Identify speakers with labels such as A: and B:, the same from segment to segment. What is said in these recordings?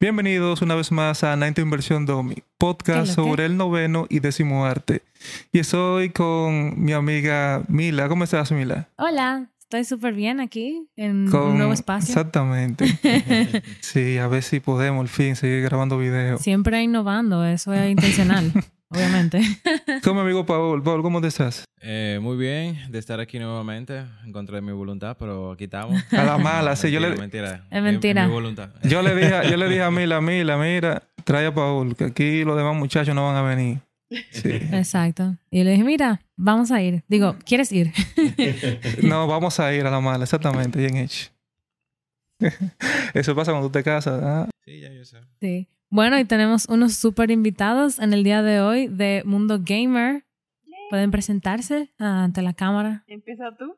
A: Bienvenidos una vez más a 90 Inversión Domi, podcast
B: Hello, ¿qué?
A: sobre el noveno y décimo arte. Y estoy con mi amiga Mila. ¿Cómo estás, Mila?
B: Hola, estoy súper bien aquí en
A: Con-
B: un nuevo espacio.
A: Exactamente. sí, a ver si podemos al fin seguir grabando videos.
B: Siempre innovando, eso es intencional, obviamente.
A: Con mi amigo Paul. Paul, ¿cómo te estás?
C: Eh, muy bien de estar aquí nuevamente, en contra de mi voluntad, pero aquí estamos.
A: A la mala, sí, yo
C: Mentira,
A: le-
C: Mentira.
B: Es mentira.
C: mi voluntad.
A: Yo le dije, a- yo le dije a Mila, Mila, mira, trae a Paul, que aquí los demás muchachos no van a venir. Sí.
B: Exacto. Y yo le dije, mira, vamos a ir. Digo, ¿quieres ir?
A: No, vamos a ir a la mala, exactamente, bien hecho. Eso pasa cuando te casas. ¿ah?
C: Eh, Sí, ya yo sé.
B: Sí. Bueno, y tenemos unos súper invitados en el día de hoy de Mundo Gamer. Pueden presentarse ante la cámara.
D: Empieza tú.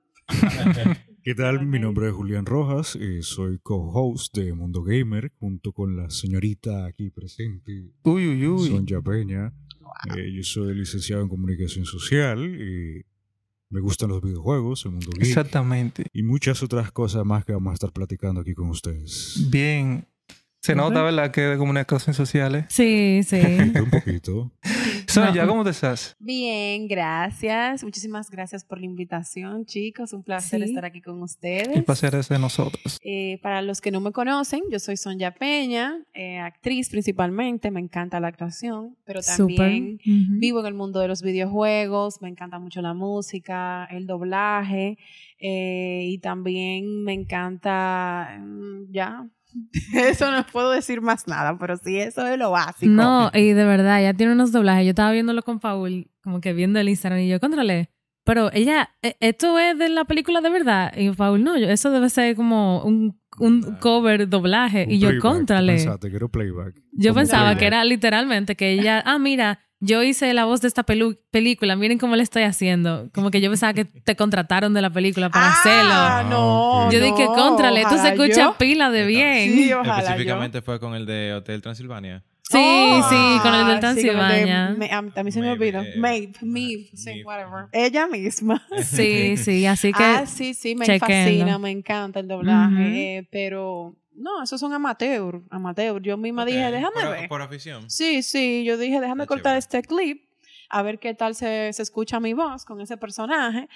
E: ¿Qué tal? Mi nombre es Julián Rojas, eh, soy co-host de Mundo Gamer junto con la señorita aquí presente,
A: Uy, uy, uy.
E: Sonja Peña. Eh, yo soy licenciado en comunicación social, eh, me gustan los videojuegos, el mundo geek
A: Exactamente.
E: y muchas otras cosas más que vamos a estar platicando aquí con ustedes.
A: Bien. Se
B: Ujú.
A: nota, ¿verdad? Que de comunicaciones sociales.
B: Sí, sí.
E: Un poquito.
A: Sonia,
B: No.
A: ¿cómo te estás?
D: Bien, gracias. Muchísimas gracias por la invitación, chicos. Un placer
B: Sí.
D: estar aquí con
A: El
D: ustedes.
A: placer es de nosotros.
D: Eh, para los que no me conocen, yo soy Sonja Peña, eh, actriz principalmente. Me encanta la actuación, pero
B: Súper.
D: también
B: Ujú.
D: vivo en el mundo de los videojuegos. Me encanta mucho la música, el doblaje eh, y también me encanta. mm, ya. Eso no puedo decir más nada, pero sí, eso es lo básico.
B: No, y de verdad, ya tiene unos doblajes. Yo estaba viéndolo con Paul, como que viendo el Instagram, y yo controlé. Pero ella, e- esto es de la película de verdad. Y Paul, no, yo- eso debe ser como un, un
D: Ah.
B: cover doblaje.
E: Un
B: Eh, y yo,
E: playback,
B: contrale.
E: Pensaste, quiero playback.
B: Yo
E: Un
B: pensaba que
E: playback.
B: era literalmente que ella, ah, mira, yo hice la voz de esta pelu- película, miren cómo le estoy haciendo. Como que yo pensaba que te contrataron de la película para hacerlo.
D: Ah, no.
E: ok.
B: Yo dije,
D: no,
B: contrale, tú se
D: ojalá
B: escuchas
D: yo.
B: pila de
C: Está-
B: bien.
D: Sí, ojalá yo.
C: Específicamente fue con el de Hotel Transilvania.
B: Sí, sí, con el del
D: Ah, sí, con el de
B: Transilvania.
D: Me- a mí también se me
C: Maybe,
D: olvidó.
C: eh,
D: Maeve, Ah,
C: ajá,
D: Maeve, sí,
C: Maeve,
D: whatever.
C: ajá.
D: Ella misma.
B: Sí, sí, así que...
D: ah, sí, sí, me
B: chequenlo.
D: fascina, me encanta el doblaje.
B: Ujú.
D: eh, pero, no, esos son amateur, amateur. Yo misma
C: Ok,
D: dije, déjame
C: por,
D: ver.
C: Por afición.
D: Sí, sí, yo dije, déjame
C: Está
D: cortar
C: chévere.
D: este clip, a ver qué tal se, se escucha mi voz con ese personaje.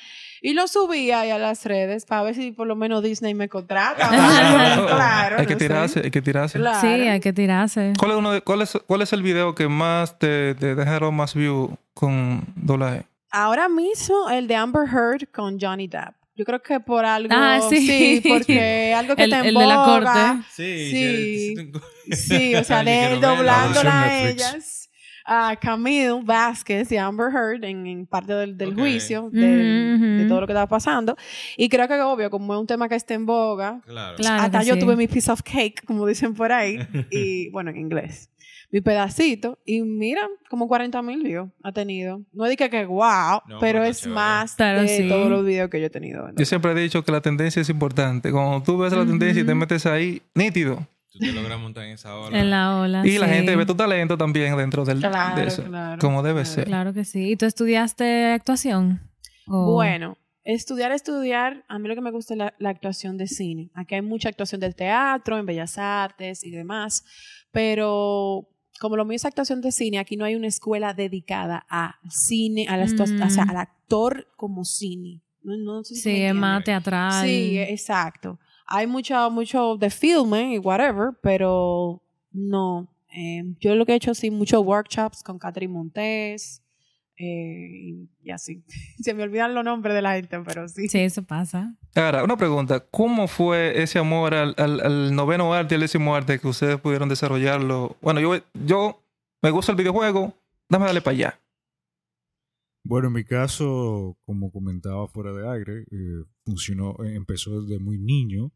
D: Y lo subí ahí a las redes para ver si por lo menos Disney me contrata. claro.
A: hay que
D: no sé.
A: tirarse, hay que tirarse.
D: Claro.
B: Sí, hay que tirarse.
A: ¿Cuál, es uno de- cuál, es, ¿Cuál es el video que más te, te dejaron más view con doblaje?
D: Ahora mismo el de Amber Heard con Johnny Depp. Yo creo que por algo.
B: Ah, sí.
D: sí. porque algo que
B: El,
D: te
B: el de la corte.
C: Sí,
D: Sí.
C: sí, sí.
D: Sí, o sea,
C: Ni que
D: le
C: lo vea,
D: doblándola a
E: Netflix.
D: ellas. A Camille Vázquez y Amber Heard en, en parte del, del
C: Ok.
D: juicio,
B: Ujú,
D: del- de
B: ujú.
D: todo lo que estaba pasando. Y creo que, obvio, como es un tema que está en boga,
C: Claro.
B: Claro
D: hasta
B: que
D: yo
B: sí.
D: tuve mi piece of cake, como dicen por ahí, y bueno, en inglés, mi pedacito, y mira, como 40 mil views ha tenido. No diga que wow,
C: No, pero
D: pero
C: está
D: es
C: chévere.
D: más
B: Pero
D: de
B: sí.
D: todos los videos que yo he tenido.
A: Yo siempre he dicho que la tendencia es importante. Cuando tú ves la tendencia y te
B: Ujú.
A: metes ahí, nítido.
C: Tú te logras montar en esa ola.
B: En la ola.
A: Y la
B: sí.
A: gente ve tu talento también dentro del, de eso. Como debe ser.
B: Claro que sí. ¿Y tú estudiaste actuación? ¿O-
D: Bueno, estudiar, estudiar, a mí lo que me gusta es la, la actuación de cine. Aquí hay mucha actuación del teatro, en bellas artes y demás, pero como lo mío es actuación de cine, aquí no hay una escuela dedicada a cine, a la actua-
B: Mm.
D: o sea, al actor como cine. No, no sé si
B: Sí,
D: me
B: es más
C: entiende.
B: teatral.
D: Sí, e- exacto. Hay mucho, mucho de filming y whatever, pero no. Eh, yo lo que he hecho, sí, muchos workshops con Catherine Montes eh, y- y así. Se me olvidan los nombres de la gente, pero sí.
B: Sí, eso pasa.
A: Ahora, una pregunta. ¿Cómo fue ese amor al, al- al noveno arte y al décimo arte que ustedes pudieron desarrollarlo? Bueno, yo, yo me gusta el videojuego, dame darle para allá.
E: Bueno, en mi caso, como comentaba fuera de aire, eh, funcionó, eh, empezó desde muy niño.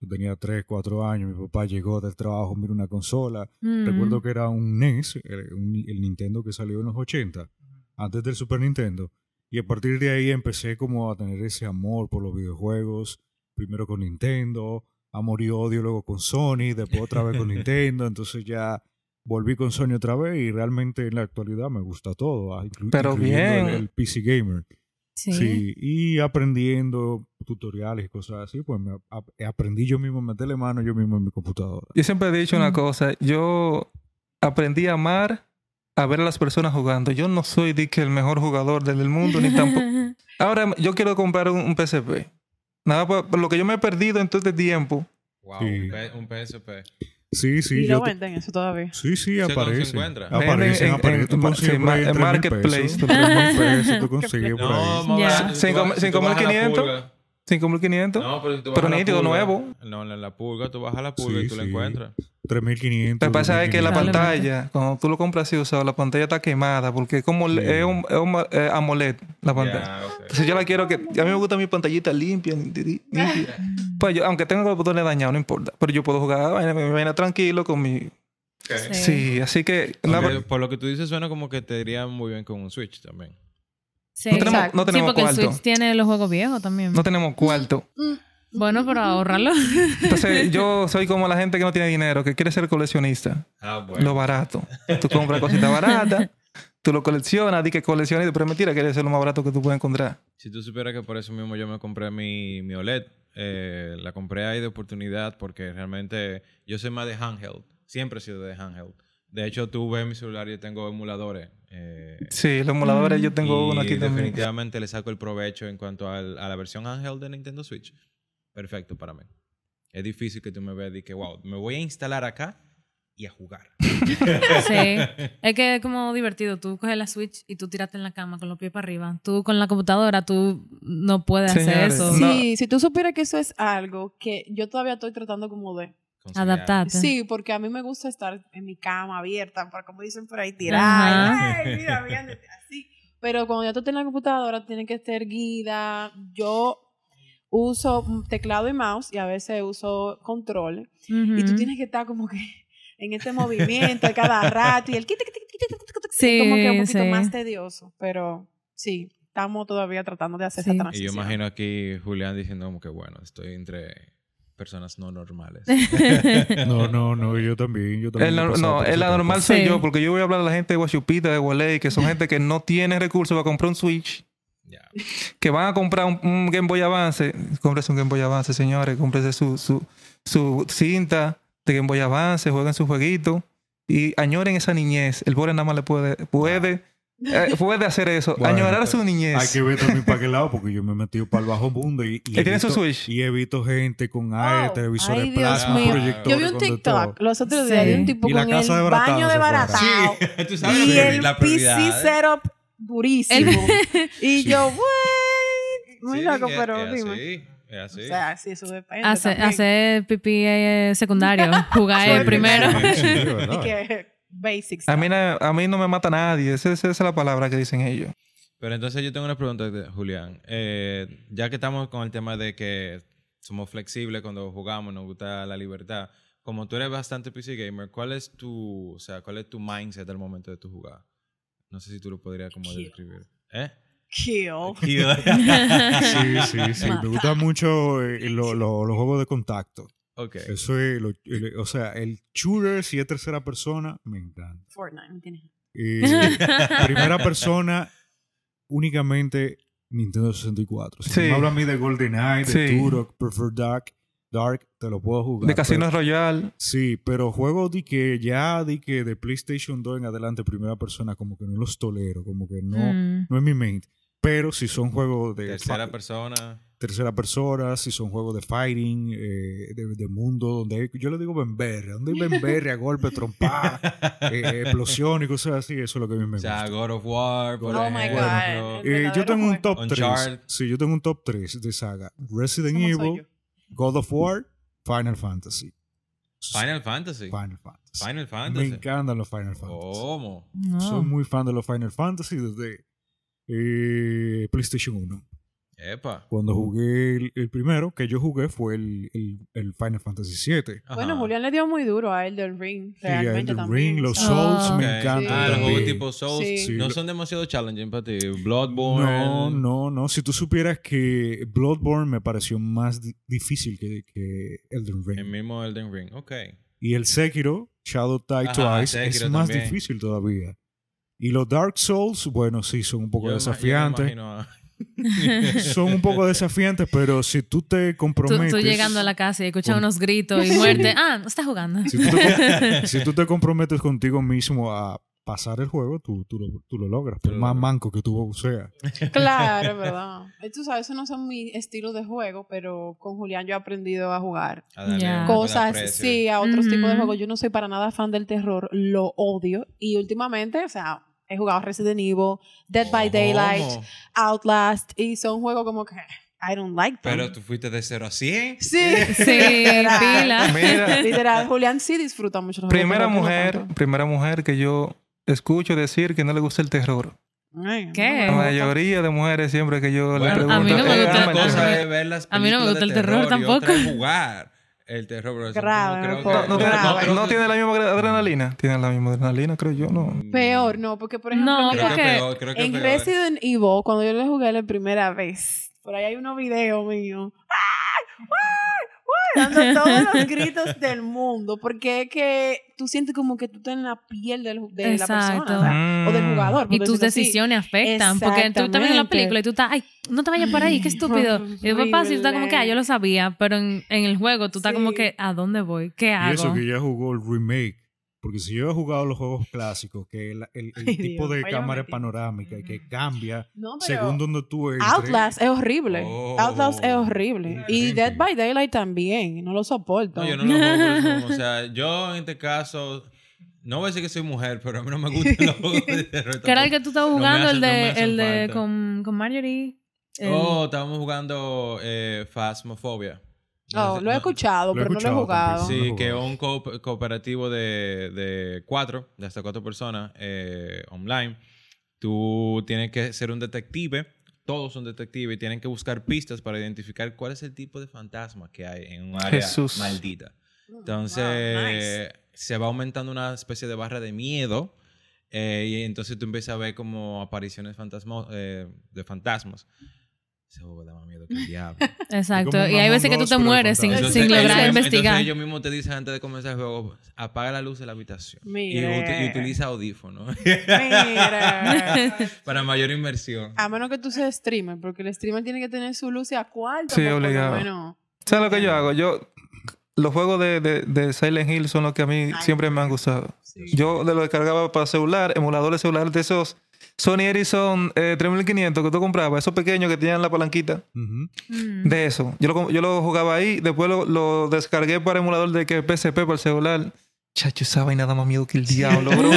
E: Yo tenía 3, 4 años, mi papá llegó del trabajo, mira una consola.
B: Mm.
E: Recuerdo que era un NES, el, un- el Nintendo que salió en los 80, antes del Super Nintendo. Y a partir de ahí empecé como a tener ese amor por los videojuegos, primero con Nintendo, amor y odio luego con Sony, después otra vez con Nintendo, entonces ya volví con Sony otra vez y realmente en la actualidad me gusta todo, ah, inclu-
A: Pero
E: incluyendo el-
A: bien.
E: el, PC Gamer.
B: Sí.
E: Sí, y aprendiendo tutoriales y cosas así, pues me ap- aprendí yo mismo a meterle mano yo mismo en mi computadora.
A: Yo siempre he dicho una
B: Mm.
A: cosa. Yo aprendí a amar a ver a las personas jugando. Yo no soy de que el mejor jugador del mundo, ni tampoco. Ahora yo quiero comprar un, un PSP. Nada, por, por lo que yo me he perdido en todo este tiempo.
C: Wow,
E: Sí.
C: un, P- un PSP.
E: Sí, sí,
D: y lo
E: yo te-
D: venden eso todavía.
E: Sí, sí,
C: Se
E: aparece.
C: encuentra.
E: Aparece,
A: Venden en-
E: aparece.
A: en-
E: tú
A: en-
E: consigues
A: sí,
E: por ahí
A: ma- en
E: 3.000
A: Marketplace.
E: pesos, 3.000 pesos, tú consigues por ahí.
C: No,
B: Ya.
C: mamá, si tú
A: Cinco-
C: bajas- si
A: cinco
C: tú
A: mil
C: bajas la
A: quinientos.
C: pulga-
A: 5500.
C: No, pero si
A: Pero
C: tú bajas la
A: nítido,
C: pulga-
A: nuevo.
C: No, en la pulga, tú bajas la pulga
E: Sí,
C: y tú la
E: sí.
C: encuentras.
E: 3.500.
A: Lo que pasa es que la
E: 2.500.
A: pantalla, cuando tú lo compras así usado, la pantalla está quemada porque es como el- es un, es un eh, AMOLED la pantalla.
C: Ya, ok.
A: Entonces yo la quiero que... A mí me gusta mi pantallita limpia. limpia. Pues yo, aunque tengo los botones dañados, no importa. Pero yo puedo jugar, vaina, me vaina tranquilo con mi...
C: Ok.
B: Sí.
A: Sí, así que... la-
C: Aunque por lo que tú dices, suena como que te iría muy bien con un Switch también.
B: Sí.
A: no tenemos,
D: Exacto.
A: no
B: Sí,
A: tenemos
B: porque el
A: cuarto.
B: Switch tiene los juegos viejos también.
A: No tenemos cuarto.
B: Bueno, pero ahorrarlo.
A: Entonces yo soy como la gente que no tiene dinero, que quiere ser coleccionista.
C: Ah,
A: Lo barato. Tú compras cositas baratas, tú lo coleccionas, di que coleccionas, pero es mentira, quieres ser lo más barato que tú puedes encontrar.
C: Si tú supieras que por eso mismo yo me compré mi, mi OLED, eh, la compré ahí de oportunidad porque realmente yo soy más de handheld. Siempre he sido de handheld. De hecho, tú ves mi celular y yo tengo emuladores. eh,
A: Sí, los emuladores, yo tengo
C: y
A: uno aquí también.
C: definitivamente le saco el provecho en cuanto al- a la versión handheld de Nintendo Switch. Perfecto para mí. Es difícil que tú me veas y que, wow, me voy a instalar acá y a jugar.
B: Sí. Es que es como divertido. Tú coges la Switch y tú tírate en la cama con los pies para arriba. Tú con la computadora, tú no puedes hacer
A: Señores,
B: eso.
A: no.
D: Sí, si tú supieras que eso es algo que yo todavía estoy tratando como de...
C: Conciliar.
B: Adaptarte.
D: Sí, porque a mí me gusta estar en mi cama abierta, para, como dicen por ahí, tirar. Ay, mira, viéndote así. Pero cuando ya tú estás en la computadora, tiene que estar erguida. Yo uso un teclado y mouse y a veces uso control.
B: Ujú.
D: Y tú tienes que estar como que en este movimiento de cada rato y el quita, quita, quita, quita, quita, quita,
B: Sí,
D: como que un poquito
B: sí.
D: más tedioso. Pero sí, estamos todavía tratando de hacer
B: Sí.
D: esa
C: Y yo
D: transición.
C: imagino aquí Julián diciendo como que bueno, estoy entre personas no normales.
E: No, no, no, yo también. Yo también
A: El
E: he
A: nor-
E: pasado
A: no,
E: por esa
A: el
E: etapa.
A: anormal soy
B: Sí.
A: yo, porque yo voy a hablar a la gente de Guachupita, de Gualey, que son gente que no tiene recursos para comprar un Switch,
C: Ya.
A: que van a comprar un, un Game Boy Advance. Cómprese un Game Boy Advance, señores, cómprese su, su, su cinta de Game Boy Advance, jueguen su jueguito y añoren esa niñez. El pobre nada más le puede, puede, eh, puede hacer eso,
E: Bueno,
A: añorar su
E: Hay
A: niñez.
E: que ver también para qué lado, porque yo me he metido para el bajo mundo y, y
A: ¿Que
E: he
A: tiene su
E: visto-
A: Switch?
E: Y he visto gente con aire,
D: Wow.
E: televisores
D: Ay, Dios
E: plasma,
C: mío.
E: proyectores.
D: Yo vi un
E: con de
D: TikTok
E: todo.
D: los otros días de
B: Sí.
D: un tipo
E: Y la
D: con el
E: casa de baratado
D: baño
E: se
D: de
E: fue.
D: baratado.
C: Tú sabes
D: Y
C: la pri-
D: el
C: la
D: PC
C: prioridad, ¿eh?
D: setup durísimo. y
E: Sí.
D: yo, "Wey". Muy
C: Sí,
D: loco,
C: es-
D: pero
C: es
D: dime.
C: así, es así.
D: O sea, sí, eso depende.
B: Hace-
D: también.
B: hacer pipí eh, secundario. Jugar eh,
E: Sí,
B: primero.
E: sí, sí, de
D: Y
E: verdad.
D: que basics.
A: A mí, na- a mí no me mata nadie, esa, esa es la palabra que dicen ellos.
C: Pero entonces yo tengo una pregunta, de- Julián. Eh, ya que estamos con el tema de que somos flexibles cuando jugamos, nos gusta la libertad. Como tú eres bastante PC gamer, ¿cuál es tu, o sea, cuál es tu mindset al momento de tu jugar? No sé si tú lo podrías como
D: Kill.
C: describir. ¿Eh?
D: Kill.
E: Sí, sí, sí. Me gustan mucho eh, lo- lo- los juegos de contacto.
C: ok.
E: Eso es, lo- el- o sea, el shooter, si es tercera persona, me encanta.
D: Fortnite, ¿me tienes?
E: Eh, primera persona, únicamente Nintendo 64. Si
A: Sí.
E: me habla a mí de GoldenEye, de
A: Sí.
E: Turok, Prefer Dark, Dark, te lo puedo jugar.
A: De Casino
E: pero-
A: Royal.
E: sí, pero juegos de que ya de que de PlayStation 2 en adelante, primera persona, como que no los tolero, como que no,
B: Mm.
E: no es mi main. Pero si son juegos de
C: Tercera
E: fa-
C: persona.
E: tercera persona, si son juegos de fighting, eh, de, de mundo, donde hay- yo le digo bemberre, donde hay bemberre, a golpe, trompa, eh, explosión y cosas así, eso es lo que a mí me
C: O sea,
E: gusta.
C: God of War, por
D: Oh my
C: ejemplo.
D: God.
E: Eh, yo
D: verdadero
E: tengo un
D: juego.
E: top 3.
C: Uncharted.
E: Sí, yo tengo un top 3 de saga. Resident
D: ¿Cómo soy
E: Evil, God of War, Final Fantasy.
C: Final Fantasy.
E: Final Fantasy.
C: Final Fantasy. Oh.
E: Me encantan los Final Fantasy.
C: ¿Cómo?
B: No.
D: Oh.
E: Soy muy fan de los Final Fantasy desde eh, PlayStation 1.
C: Epa.
E: Cuando jugué el, el primero, que yo jugué fue el, el- el Final Fantasy VII.
C: Ajá.
D: Bueno, Julián le dio muy duro a Elden Ring.
E: Sí, a
D: Realmente
E: Elden
D: también.
E: Ring, los
D: o sea,
E: Souls
B: Ah,
E: me
C: Ok.
E: encantan.
C: Ah, los juegos
E: también.
C: tipo Souls
D: Sí.
E: Sí,
C: no
E: lo-
C: son demasiado challenging para ti. Bloodborne.
E: No, no, no. Si tú supieras que Bloodborne me pareció más di- difícil que, que Elden
C: El
E: Ring.
C: mismo Elden Ring. Ok.
E: Y el Sekiro, Shadow Die
C: Ajá,
E: Twice, es
C: Sekiro
E: más
C: también.
E: difícil todavía. Y los Dark Souls, bueno, sí, son un poco
C: Yo me- yo me
E: desafiantes.
C: imagino a-
E: son un poco desafiantes, pero si tú te
B: Tú,
E: comprometes...
B: tú llegando a la casa y escuchas
E: Con-
B: unos gritos y muerte. Ah, no estás jugando.
E: Si tú, te, si tú te comprometes contigo mismo a pasar el juego, tú, tú, lo, tú lo logras,
C: Tú
E: por
C: lo
E: más
C: logras.
E: manco que tú seas.
B: Ah,
D: Claro, es verdad. Eh, Tú sabes, esos no son mi estilo de juego, pero con Julián yo he aprendido a jugar
C: A darle
B: Ya.
C: un
D: cosas,
C: Ah, aprecio.
D: sí, a otros
B: Ujú.
D: tipos de juegos. Yo no soy para nada fan del terror, lo odio. Y últimamente, o sea, he jugado Resident Evil, Dead by
C: ¿Cómo?
D: Daylight, Outlast, y son juegos como que I don't like them.
C: Pero tú fuiste de 0 a 100.
D: sí,
B: Sí, pila.
A: Mira,
D: literal. Julián sí disfruta mucho los juegos de
A: primera
D: terror, no
A: mujer,
D: tanto.
A: primera mujer que yo escucho decir que no le gusta el terror.
D: Ay, no
B: ¿Qué?
D: me
A: La
D: gusta.
A: mayoría de mujeres siempre que yo le
C: Bueno,
A: pregunto, "Eh,
B: a mí no me
A: "¿Te
B: gusta-
A: ama
C: Una
A: el terror?".
C: cosa es ver las
B: A mí no me
C: películas
B: gusta el
C: de
B: terror
C: y otra es
B: tampoco.
C: jugar el terror. Pero eso
D: Grave,
C: como creo
D: no
A: No,
C: que-
A: no tiene,
D: Grave.
A: no tiene la misma adrenalina. Tiene la misma adrenalina, creo yo, no.
D: Peor, no, porque por ejemplo,
B: No,
D: mira,
C: Creo que
B: porque
C: peor, creo que
D: En
C: peor.
D: Resident Evil, cuando yo le jugué la primera vez, por ahí hay unos videos míos. ¡Ay! ¡Ay! ¡Ay! Dando todos los gritos del mundo. Porque es que tú sientes como que tú estás en la piel del, de la persona.
B: Exacto.
D: o sea, O del
A: Mm.
D: jugador. por
B: Y tus
D: decirlo así.
B: decisiones afectan, porque tú estás viendo la
D: Exactamente.
B: película y tú estás, ay, no te vayas por ahí, qué estúpido. Y después pasa y tú estás como que, ah, yo lo sabía, pero en, en el juego tú estás
D: Sí.
B: como que, ¿a dónde voy? ¿Qué
E: Y eso
B: hago?
E: que ya jugó el remake. Porque si yo he jugado los juegos clásicos, que el, el- el
D: Ay,
E: tipo
D: Dios,
E: de
D: vaya
E: cámara es
D: mentira.
E: panorámica y que cambia
D: No, pero
E: según donde tú entres.
D: Outlast es horrible.
C: Oh.
D: Outlast es horrible. Y
E: Sí.
D: Dead by Daylight también. No lo soporto.
C: No, yo no lo juego. por eso mismo. O sea, yo en este caso, no voy a decir que soy mujer, pero a mí no me gustan los juegos de terror.
B: ¿Qué era el
C: tampoco.
B: que tú estabas
C: No me
B: jugando? el
C: hacen- no me
B: de,
C: hacen
B: el de
C: falta.
B: con, con Marjorie. El-
C: Oh, estábamos jugando eh, Phasmophobia. No
D: No,
C: sé-
D: Oh, lo he
C: no-
D: escuchado,
E: Lo he
D: pero no lo
E: escuchado
D: he jugado.
E: también,
C: Sí,
E: No
C: que es
E: jugaba.
C: un co- cooperativo de, de cuatro, de hasta cuatro personas eh, online. Tú tienes que ser un detective, todos son detectives y tienen que buscar pistas para identificar cuál es el tipo de fantasma que hay en un área
A: Jesús.
C: maldita.
D: Wow,
C: Entonces,
D: Ah, nice.
C: se va aumentando una especie de barra de miedo eh, y entonces tú empiezas a ver como apariciones fantasmo- eh, de fantasmas. Ese juego da más miedo que el diablo.
B: Exacto.
E: como un
B: Y hay
E: Ramón
B: veces que tú
E: dos,
B: te
E: pero
B: mueres sin,
E: contado.
C: Entonces,
B: sin
C: ellos
B: lograr
C: mismos-
B: investigar.
C: Entonces ellos mismos te dicen antes de comenzar el juego, apaga la luz de la habitación. Y,
D: Mire.
C: uti- y utiliza audífonos
D: Mira.
C: para mayor inversión.
D: A menos que tú seas streamer, porque el streamer tiene que tener su luz y a cuarto.
A: Sí,
D: pues, por lo
A: obligado.
D: menos.
A: ¿Sabes lo que yo hago? Yo, los juegos de, de- de Silent Hill son los que a mí siempre me han gustado. Yo de lo descargaba para celular, emuladores celulares de esos Sony Ericsson eh, 3500 que tú comprabas, esos pequeños que tenían la palanquita.
E: Ujú.
B: Mm.
A: De eso. Yo lo, com- yo lo jugaba ahí, después lo, lo descargué para emulador de que PSP para el celular. Chacho, esa vaina da más miedo que el diablo, bro.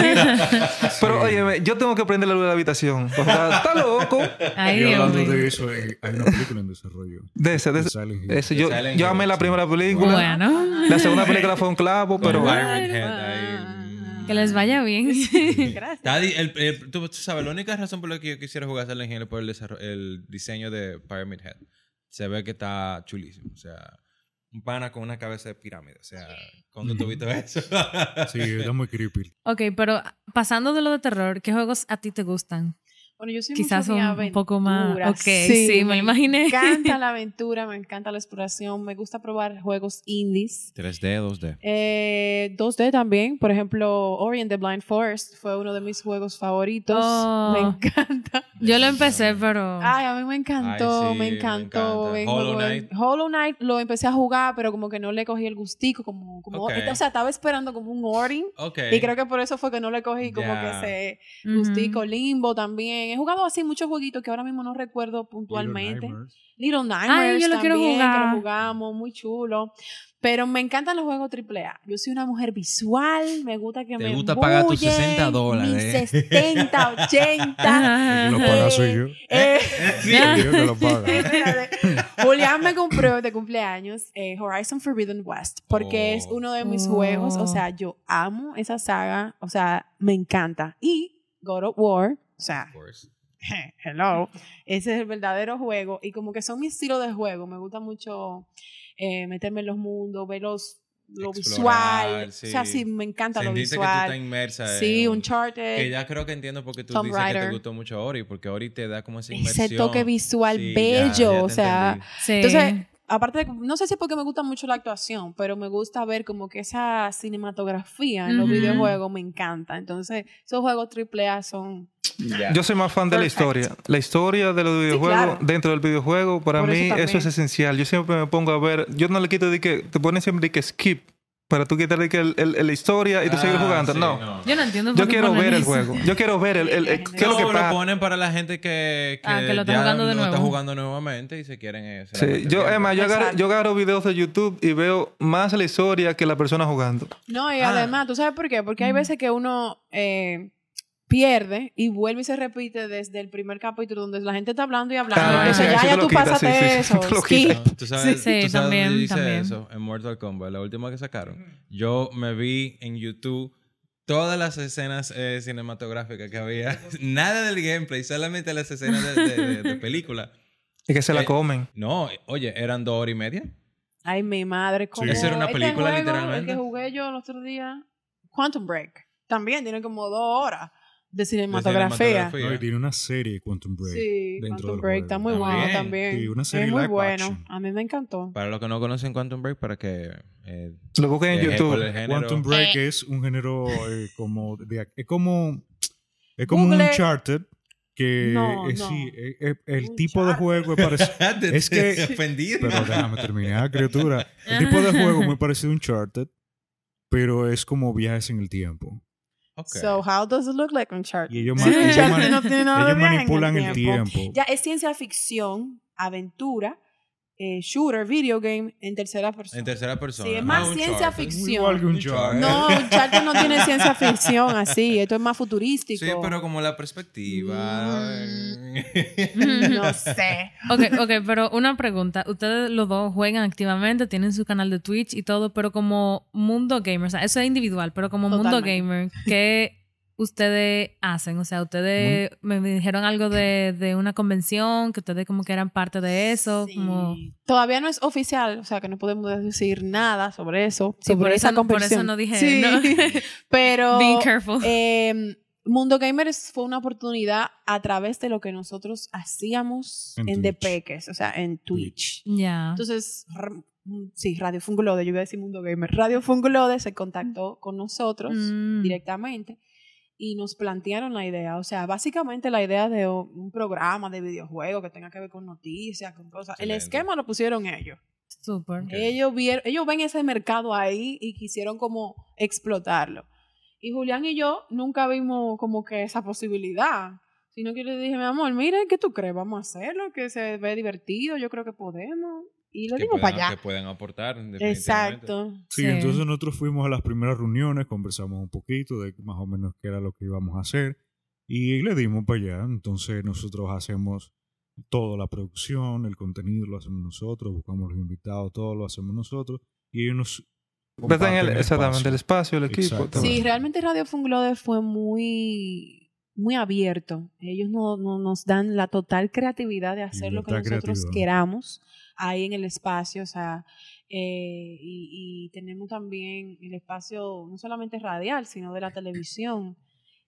A: Pero oye, yo tengo que prender la luz de la habitación. O sea, está loco.
B: Ay,
E: Y
B: Dios
E: hablando
B: mío.
E: de eso, eh, hay una película en desarrollo.
A: De ese, de
E: de
A: ese-
E: Silent Hill.
A: ese. Yo,
C: Silent
A: yo
C: Hill,
A: amé la
C: sí.
A: primera película.
B: Bueno,
A: La segunda película fue un clavo,
C: Con
A: pero
C: Byron Head ahí. Mm.
B: que les vaya bien.
D: Gracias.
C: Está di- el- el- tú, tú sabes, la única razón por la que yo quisiera jugar Silent Hill es por el, desarro- el diseño de Pyramid Head. Se ve que está chulísimo. O sea, un pana con una cabeza de pirámide. O sea, ¿cuándo tú viste eso?
E: Sí, está muy creepy.
B: ok, pero pasando de lo de terror, ¿qué juegos a ti te gustan?
D: Bueno, yo soy
B: Quizás
D: mucho de
B: un poco más-
D: aventura.
B: ok, sí, me lo imaginé.
D: Me encanta la aventura, me encanta la exploración, me gusta probar juegos indies.
C: Tres dedos de.
D: Eh, 2D también, por ejemplo, Orient the Blind Forest fue uno de mis juegos favoritos.
B: Oh.
D: Me encanta.
B: Yo lo empecé, pero...
D: Ay, a mí me encantó,
C: Ay, sí,
D: me
C: me encanta.
D: encantó. me
C: Hollow
D: encantó.
C: Knight.
D: Hollow Knight lo empecé a jugar, pero como que no le cogí el gustico, como, como
C: Ok.
D: o sea, estaba esperando como un ordering.
C: Ok.
D: Y creo que por eso fue que no le cogí como
C: Ya.
D: que ese
B: Ujú.
D: gustico limbo también. He jugado así muchos jueguitos que ahora mismo no recuerdo puntualmente. Little Nightmares,
B: yo lo quiero
D: también, que
B: jugar.
D: lo jugamos, muy chulo. Pero me encantan los juegos AAA. Yo soy una mujer visual, me gusta que
C: Te
D: me
C: gusta pagar tus
D: embullen,
C: 60 dólares.
D: Mis 70, 80.
B: Ajá.
E: Lo paga soy yo.
D: eh,
E: Soy yo que lo paga.
D: Espérate. Julián me compró de cumpleaños eh, Horizon Forbidden West porque
C: Oh.
D: es uno de mis
B: Oh.
D: juegos. O sea, yo amo esa saga. O sea, me encanta. Y God of War, o sea,
C: Of course.
D: hello, ese es el verdadero juego. Y como que son mi estilo de juego. Me gusta mucho eh, meterme en los mundos, ver los, lo
C: Explorar,
D: visual. O sea,
C: sí.
D: sí, me encanta
C: Sentiste
D: lo
C: que tú estás
D: visual.
C: inmersa.
D: sí,
C: en-
D: un
C: eh, Que
D: charter.
C: ya creo que entiendo por qué tú
D: Tomb
C: dices que
D: Rider.
C: te gustó mucho Ori, porque Ori te da como esa inversión.
D: Ese toque visual
C: Sí, ya,
D: bello.
C: ya te
D: o sea,
C: entendí.
B: Sí.
D: Entonces, aparte de, no sé si es porque me gusta mucho la actuación, pero me gusta ver como que esa cinematografía en los
B: Ujú.
D: videojuegos me encanta. Entonces, esos juegos AAA son
C: Ya.
A: Yo soy más fan de la
D: Perfecto.
A: historia. La historia de los videojuegos,
D: claro.
A: dentro del videojuego, para
D: Por eso
A: mí eso,
D: también.
A: es esencial. Yo siempre me pongo a ver, yo no le quito de que, te ponen siempre de que skip, para tú quitar de que el- el- la historia y tú sigues
C: Ah,
A: jugando.
C: sí,
A: no.
B: Yo no entiendo por
A: yo
B: qué
A: quiero
B: ponen
A: ver el
B: eso.
A: juego. Yo quiero ver el, el- el- qué es lo
C: No,
A: que
C: lo
A: pasa.
C: ponen para la gente que, que,
B: Ah, que lo está
C: ya
B: jugando de
C: lo está
B: nuevo.
C: jugando nuevamente y se quieren... eh, se la
A: Sí,
C: pasan
A: yo,
C: bien.
A: Emma, yo agarro,
D: Exacto.
A: yo agarro videos de YouTube y veo más la historia que la persona jugando.
D: No, y
C: Ah.
D: además, ¿tú sabes por qué? Porque hay
B: Mm.
D: veces que uno eh, pierde y vuelve y se repite desde el primer capítulo donde la gente está hablando y hablando.
B: Ah,
D: Entonces,
B: sí,
D: ya,
A: eso
D: ya
A: te
D: tú
A: lo quita,
D: pásate
A: sí, sí,
D: eso.
A: te lo
D: skip.
A: quita.
C: No, ¿Tú sabes,
B: Sí,
C: tú sabes dónde
B: también,
C: dice
B: también.
C: eso? En Mortal Kombat, la última que sacaron. Yo me vi en YouTube todas las escenas eh, cinematográficas que había. Nada del gameplay, solamente las escenas de, de- de- de película.
A: Y que se la
C: Eh,
A: comen.
C: No, oye, eran dos horas y media.
D: Ay, mi madre, ¿cómo?
E: Esa
C: era una
D: Este
C: película,
D: juego, El
C: literalmente.
D: que jugué yo el otro día, Quantum Break, también tiene como dos horas de cinematografía.
E: No, y tiene una serie Quantum Break.
D: Sí,
E: dentro
D: Quantum Break
E: del juego.
D: está muy bueno
C: También.
D: también.
E: Sí, una serie
D: es muy
E: live
D: bueno.
E: action.
D: A mí me encantó.
C: Para los que no conocen Quantum Break, para que... eh,
A: Lo busquen en
C: eh, por
A: YouTube.
C: el género-
E: Quantum Break es un género eh, como de, ac- es como es como
D: Google.
E: un Uncharted que
D: No,
E: es-
D: no.
E: sí, eh, eh, el tipo de juego es parecido
C: Te-
E: Es
C: te-
E: que-
C: Ofendido.
E: pero déjame terminar criatura el tipo de juego es muy parecido a Uncharted pero es como viajes en el tiempo
C: Ok.
D: So, how does it look like Uncharted?
E: y ellos,
D: Sí,
E: ma- ellos
D: Uncharted
E: ma-
D: no tiene nada de
E: ellos
D: viaje en
E: manipulan el tiempo,
D: Ya es ciencia ficción, aventura, eh, shooter, video game en tercera persona.
C: en tercera persona.
D: Sí, es más
C: Ah,
D: ciencia
C: Uncharted.
D: ficción.
E: igual que Uncharted
D: no, Uncharted no tiene ciencia ficción así, esto es más futurístico.
C: Sí, pero como la perspectiva.
D: Mm.
C: eh.
D: no sé.
B: Ok, ok, pero una pregunta. Ustedes los dos juegan activamente, tienen su canal de Twitch y todo, pero como mundo gamer, o sea, eso es individual, pero como mundo
D: Totalmente.
B: gamer, ¿qué ustedes hacen? O sea, ustedes me, me dijeron algo de, de una convención, que ustedes como que eran parte de eso,
D: Sí.
B: como...
D: Todavía no es oficial, o sea que no podemos decir nada sobre eso.
B: Sí,
D: sobre
B: por
D: esa
B: eso, por
D: conversión.
B: eso no dije,
D: Sí,
B: ¿no?
D: pero
B: Being careful.
D: Eh, Mundo Gamers fue una oportunidad a través de lo que nosotros hacíamos
E: En
D: en,
E: Twitch.
D: Depeques, o sea, en Twitch.
B: Ya.
D: Entonces, r- mm, sí, Radio Fungulode, yo iba a decir Mundo Gamer. Radio Fungulode se contactó con nosotros
B: Mm.
D: directamente y nos plantearon la idea, o sea, básicamente la idea de o- un programa de videojuego que tenga que ver con noticias, con cosas. El
C: Excelente.
D: esquema lo pusieron ellos.
B: Súper.
C: Ok.
D: Ellos, vieron, ellos ven ese mercado ahí y quisieron como explotarlo. Y Julián y yo nunca vimos como que esa posibilidad, sino que yo le dije, mi amor, mira, ¿qué tú crees? Vamos a hacerlo, que se ve divertido, yo creo que podemos. Y lo
C: Que
D: dimos
C: puedan-
D: para allá.
C: Que pueden aportar. definitivamente.
D: Exacto.
E: Sí,
B: Sí.
E: entonces nosotros fuimos a las primeras reuniones, conversamos un poquito de más o menos qué era lo que íbamos a hacer y le dimos para allá. Entonces nosotros hacemos toda la producción, el contenido lo hacemos nosotros, buscamos los invitados, todo lo hacemos nosotros y ellos nos...
A: Ves en
E: comparten
A: el-
E: el
A: exactamente, el espacio,
E: espacio.
A: el equipo.
E: Exacto.
A: todo.
D: Sí, realmente Radio Funglode fue muy, muy abierto. Ellos no, no- nos dan la total creatividad de hacer lo que
E: Libertad
D: nosotros
E: creativa.
D: queramos ahí en el espacio. O sea, eh, y, y tenemos también el espacio no solamente radial, sino de la televisión.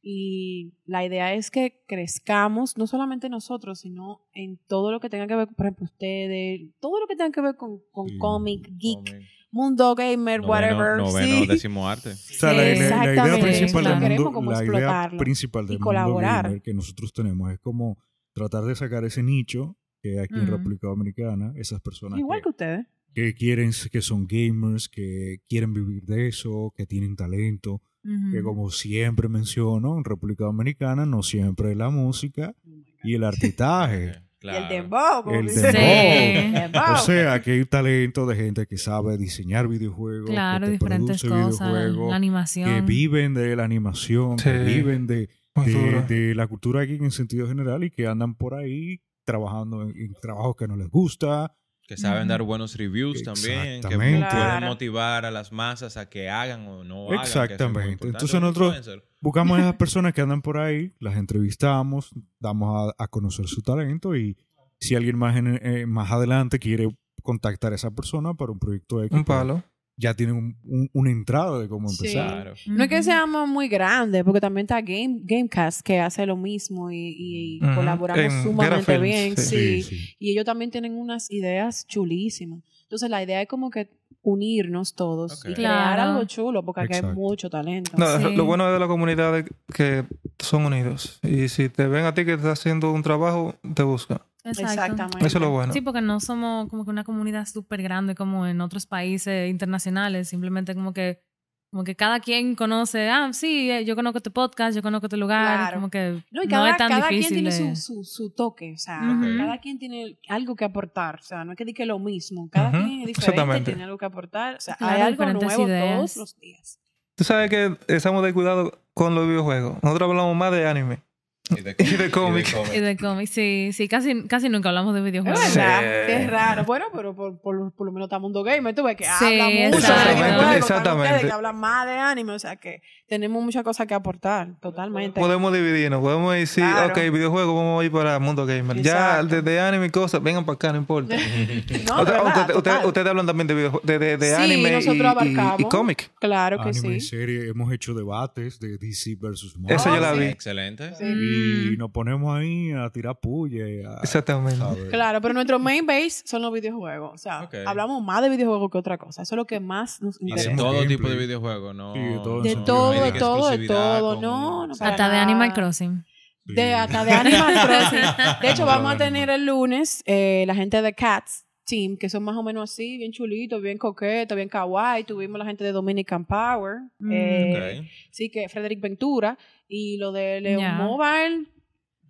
D: Y la idea es que crezcamos, no solamente nosotros, sino en todo lo que tenga que ver, por ejemplo, ustedes, todo lo que tenga que ver con, con
E: Sí.
D: cómic, geek,
C: Comen.
D: mundo gamer,
C: Noveno-
D: whatever.
C: Noveno,
D: sí.
C: décimo arte.
E: O sea, la, idea- la idea
D: Exactamente,
E: principal del
B: claro.
E: mundo,
D: Queremos como
E: la idea
D: explotarlo
E: principal del
D: y
E: mundo
D: colaborar.
E: gamer que nosotros tenemos es como tratar de sacar ese nicho que hay aquí en
B: Ujú.
E: República Dominicana, esas personas
D: Igual
E: que-
D: que ustedes.
E: que quieren, que son gamers, que quieren vivir de eso, que tienen talento, que
B: Ujú.
E: como siempre menciono, en República Dominicana no siempre es la música y el artitaje.
C: Eh, Claro.
D: Oh Y el dembow, como
E: El
B: dembow.
D: dice.
B: Sí.
D: Dembow.
E: o sea, que hay talento de gente que sabe diseñar videojuegos,
B: Claro,
E: que te
B: diferentes
E: produce
B: cosas, la
E: videojuegos, que
B: animación.
E: viven de la animación, que
A: Sí.
E: viven de,
A: Muy
E: de,
A: duro.
E: de la cultura aquí en sentido general y que andan por ahí trabajando en, en trabajos que no les gusta.
C: Que saben dar buenos reviews también. Que
E: Exactamente.
C: pueden
D: Claro.
C: motivar a las masas a que hagan o no hagan. que eso es muy
E: Exactamente.
C: importante.
E: Entonces
C: Un
E: nosotros-
C: influencer.
E: Buscamos a esas personas que andan por ahí, las entrevistamos, damos a, a conocer su talento y si alguien más, en- eh, más adelante quiere contactar a esa persona para un proyecto X, pues,
A: Un palo.
E: ya tienen un- un- una entrada de cómo
D: Sí.
E: empezar.
C: Claro.
D: No es que seamos muy grandes, porque también está Game, Gamecast que hace lo mismo y, y- y
A: Ujú.
D: colaboramos
A: En Guerra
D: sumamente
A: Films,
D: bien.
A: sí.
D: Sí. Y ellos también tienen unas ideas chulísimas. Entonces la idea es como que unirnos todos
C: Ok.
D: y crear
B: Claro.
D: algo chulo, porque aquí hay
E: Exacto.
D: mucho talento.
A: No,
B: Sí.
A: Lo bueno de la comunidad es que son unidos. Y si te ven a ti que estás haciendo un trabajo, te buscan.
D: Exactamente.
A: Eso es lo bueno.
B: Sí, porque no somos como que una comunidad súper grande como en otros países internacionales. Simplemente como que, como que cada quien conoce, ah, sí, eh, yo conozco este podcast, yo conozco este lugar.
D: Claro.
B: Como que
D: No,
B: no,
D: y cada,
B: es tan
D: cada
B: difícil.
D: quien
B: de-
D: tiene su, su, su toque, o sea,
B: Ujú.
D: cada quien tiene algo que aportar, o sea, no es que diga lo mismo, cada
A: Ujú,
D: quien es diferente,
A: exactamente.
D: tiene algo que aportar, o sea,
B: Claro,
D: hay algo
B: diferentes
D: nuevo
B: ideas.
D: todos los días.
A: Tú sabes que estamos de cuidado con los videojuegos. Nosotros hablamos más de anime.
C: Y de
A: Y de cómic.
B: Y de cómics, sí, sí, casi, casi nunca hablamos de
D: Es
B: videojuegos.
A: Sí.
D: verdad, que es raro, bueno, pero por, por, por lo menos estamos mundo gamer, tú ves que
B: Sí,
D: habla
B: exacto.
D: mucho de videojuegos, están ustedes
A: Exactamente.
D: que hablan más de anime, o sea, que tenemos muchas cosas que aportar, totalmente.
A: Podemos dividirnos, podemos decir,
D: Claro.
A: ok, videojuegos, vamos a ir para Mundo Gamer. Ya,
D: Exacto.
A: desde anime y cosas, vengan para acá, no importa.
D: No,
A: Otra-
D: de verdad,
A: usted- usted-
D: total.
A: ustedes hablan también de, videojue- de, de- de
D: Sí,
A: anime y-
D: nosotros abarcamos.
A: y, y, cómic.
D: Claro que
E: anime y
D: sí.
E: serie, hemos hecho debates de DC versus Marvel.
A: Esa yo la
D: sí.
A: vi.
C: Excelente.
D: Sí.
E: Y nos ponemos ahí a tirar puya. y a-
A: Exactamente.
E: ¿sabes?
D: Claro, pero nuestro main base son los videojuegos. O sea,
C: Ok.
D: hablamos más de videojuegos que otra cosa. Eso es lo que más nos
C: Y de
D: interesa.
E: Hacemos
C: todo
E: gameplay.
C: tipo de videojuegos, ¿no?
E: Sí, de todo.
D: De
E: No,
D: todo,
E: no hay
D: de
E: que
D: todo, de
C: exclusividad
D: todo.
C: con-
D: No, no. para
B: Hasta de
D: nada.
B: Animal Crossing.
E: Sí.
D: De, hasta de Animal Crossing. De hecho,
E: No,
D: vamos a
E: no.
D: tener el lunes eh, la gente de Cats Team, que son más o menos así, bien chulitos, bien coquetos, bien kawaii. Tuvimos la gente de Dominican Power.
B: Mm.
D: eh,
C: Ok.
D: Sí, que Frederick Ventura. Y lo de Leon
B: Ya.
D: Mobile,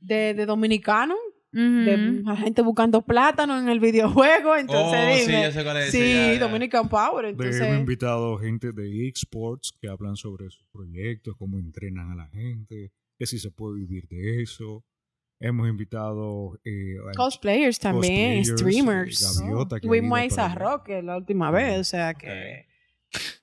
D: de, de Dominicano.
B: Ujú.
D: de la gente buscando plátano en el videojuego, entonces
C: Mm. Oh, sí,
D: dime.
C: ya sé cuál es,
D: Sí,
C: ya, ya.
D: Dominican Power,
E: De-
D: entonces.
E: hemos invitado gente de eSports que hablan sobre sus proyectos, cómo entrenan a la gente, que si se puede vivir de eso. Hemos invitado eh, a-
D: Cosplayers también,
E: cosplayers,
D: streamers.
E: eh, Gaviota, que ha
D: Tuvimos a
E: venido para
D: Isa
E: acá.
D: Roque la última vez, o sea que.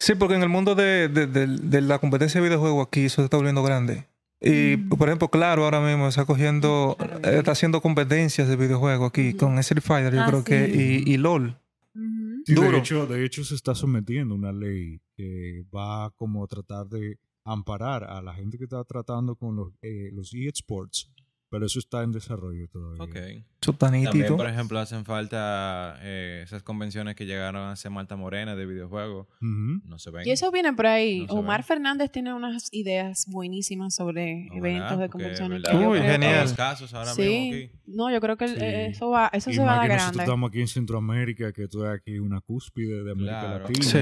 A: Sí, porque en el mundo de, de- de- de la competencia de videojuegos aquí eso se está volviendo grande. Y,
D: Mm.
A: por ejemplo, Claro ahora mismo está cogiendo, eh, está haciendo competencias de videojuegos aquí con Street Fighter, yo
B: Ah,
A: creo que,
B: sí.
A: y, y LOL.
B: Ujú.
E: Sí,
A: Duro.
E: De hecho, de hecho, se está sometiendo una ley que va como a tratar de amparar a la gente que está tratando con los, eh, los eSports, pero eso está en desarrollo todavía.
C: Ok.
A: Eso está
C: También,
A: nítido.
C: por ejemplo, hacen falta eh, esas convenciones que llegaron a hacer Malta Morena de videojuegos.
E: Ujú.
C: No se ven.
D: Y eso viene por ahí.
C: No se
D: Omar
C: ve.
D: Fernández tiene unas ideas buenísimas sobre
C: Ojalá,
D: eventos de
C: porque,
D: convenciones.
C: ¿verdad?
D: que yo
A: Uy,
D: creo que-
A: genial.
C: Los casos ahora mismo
D: Sí,
C: aquí.
D: no, yo creo que el-
E: Sí.
D: eh, eso va, eso
E: Y
D: se
E: más
D: va
E: que nosotros
D: grande.
E: estamos aquí en Centroamérica, que tú eres aquí una cúspide de América
C: Claro.
E: Latina,
A: Sí.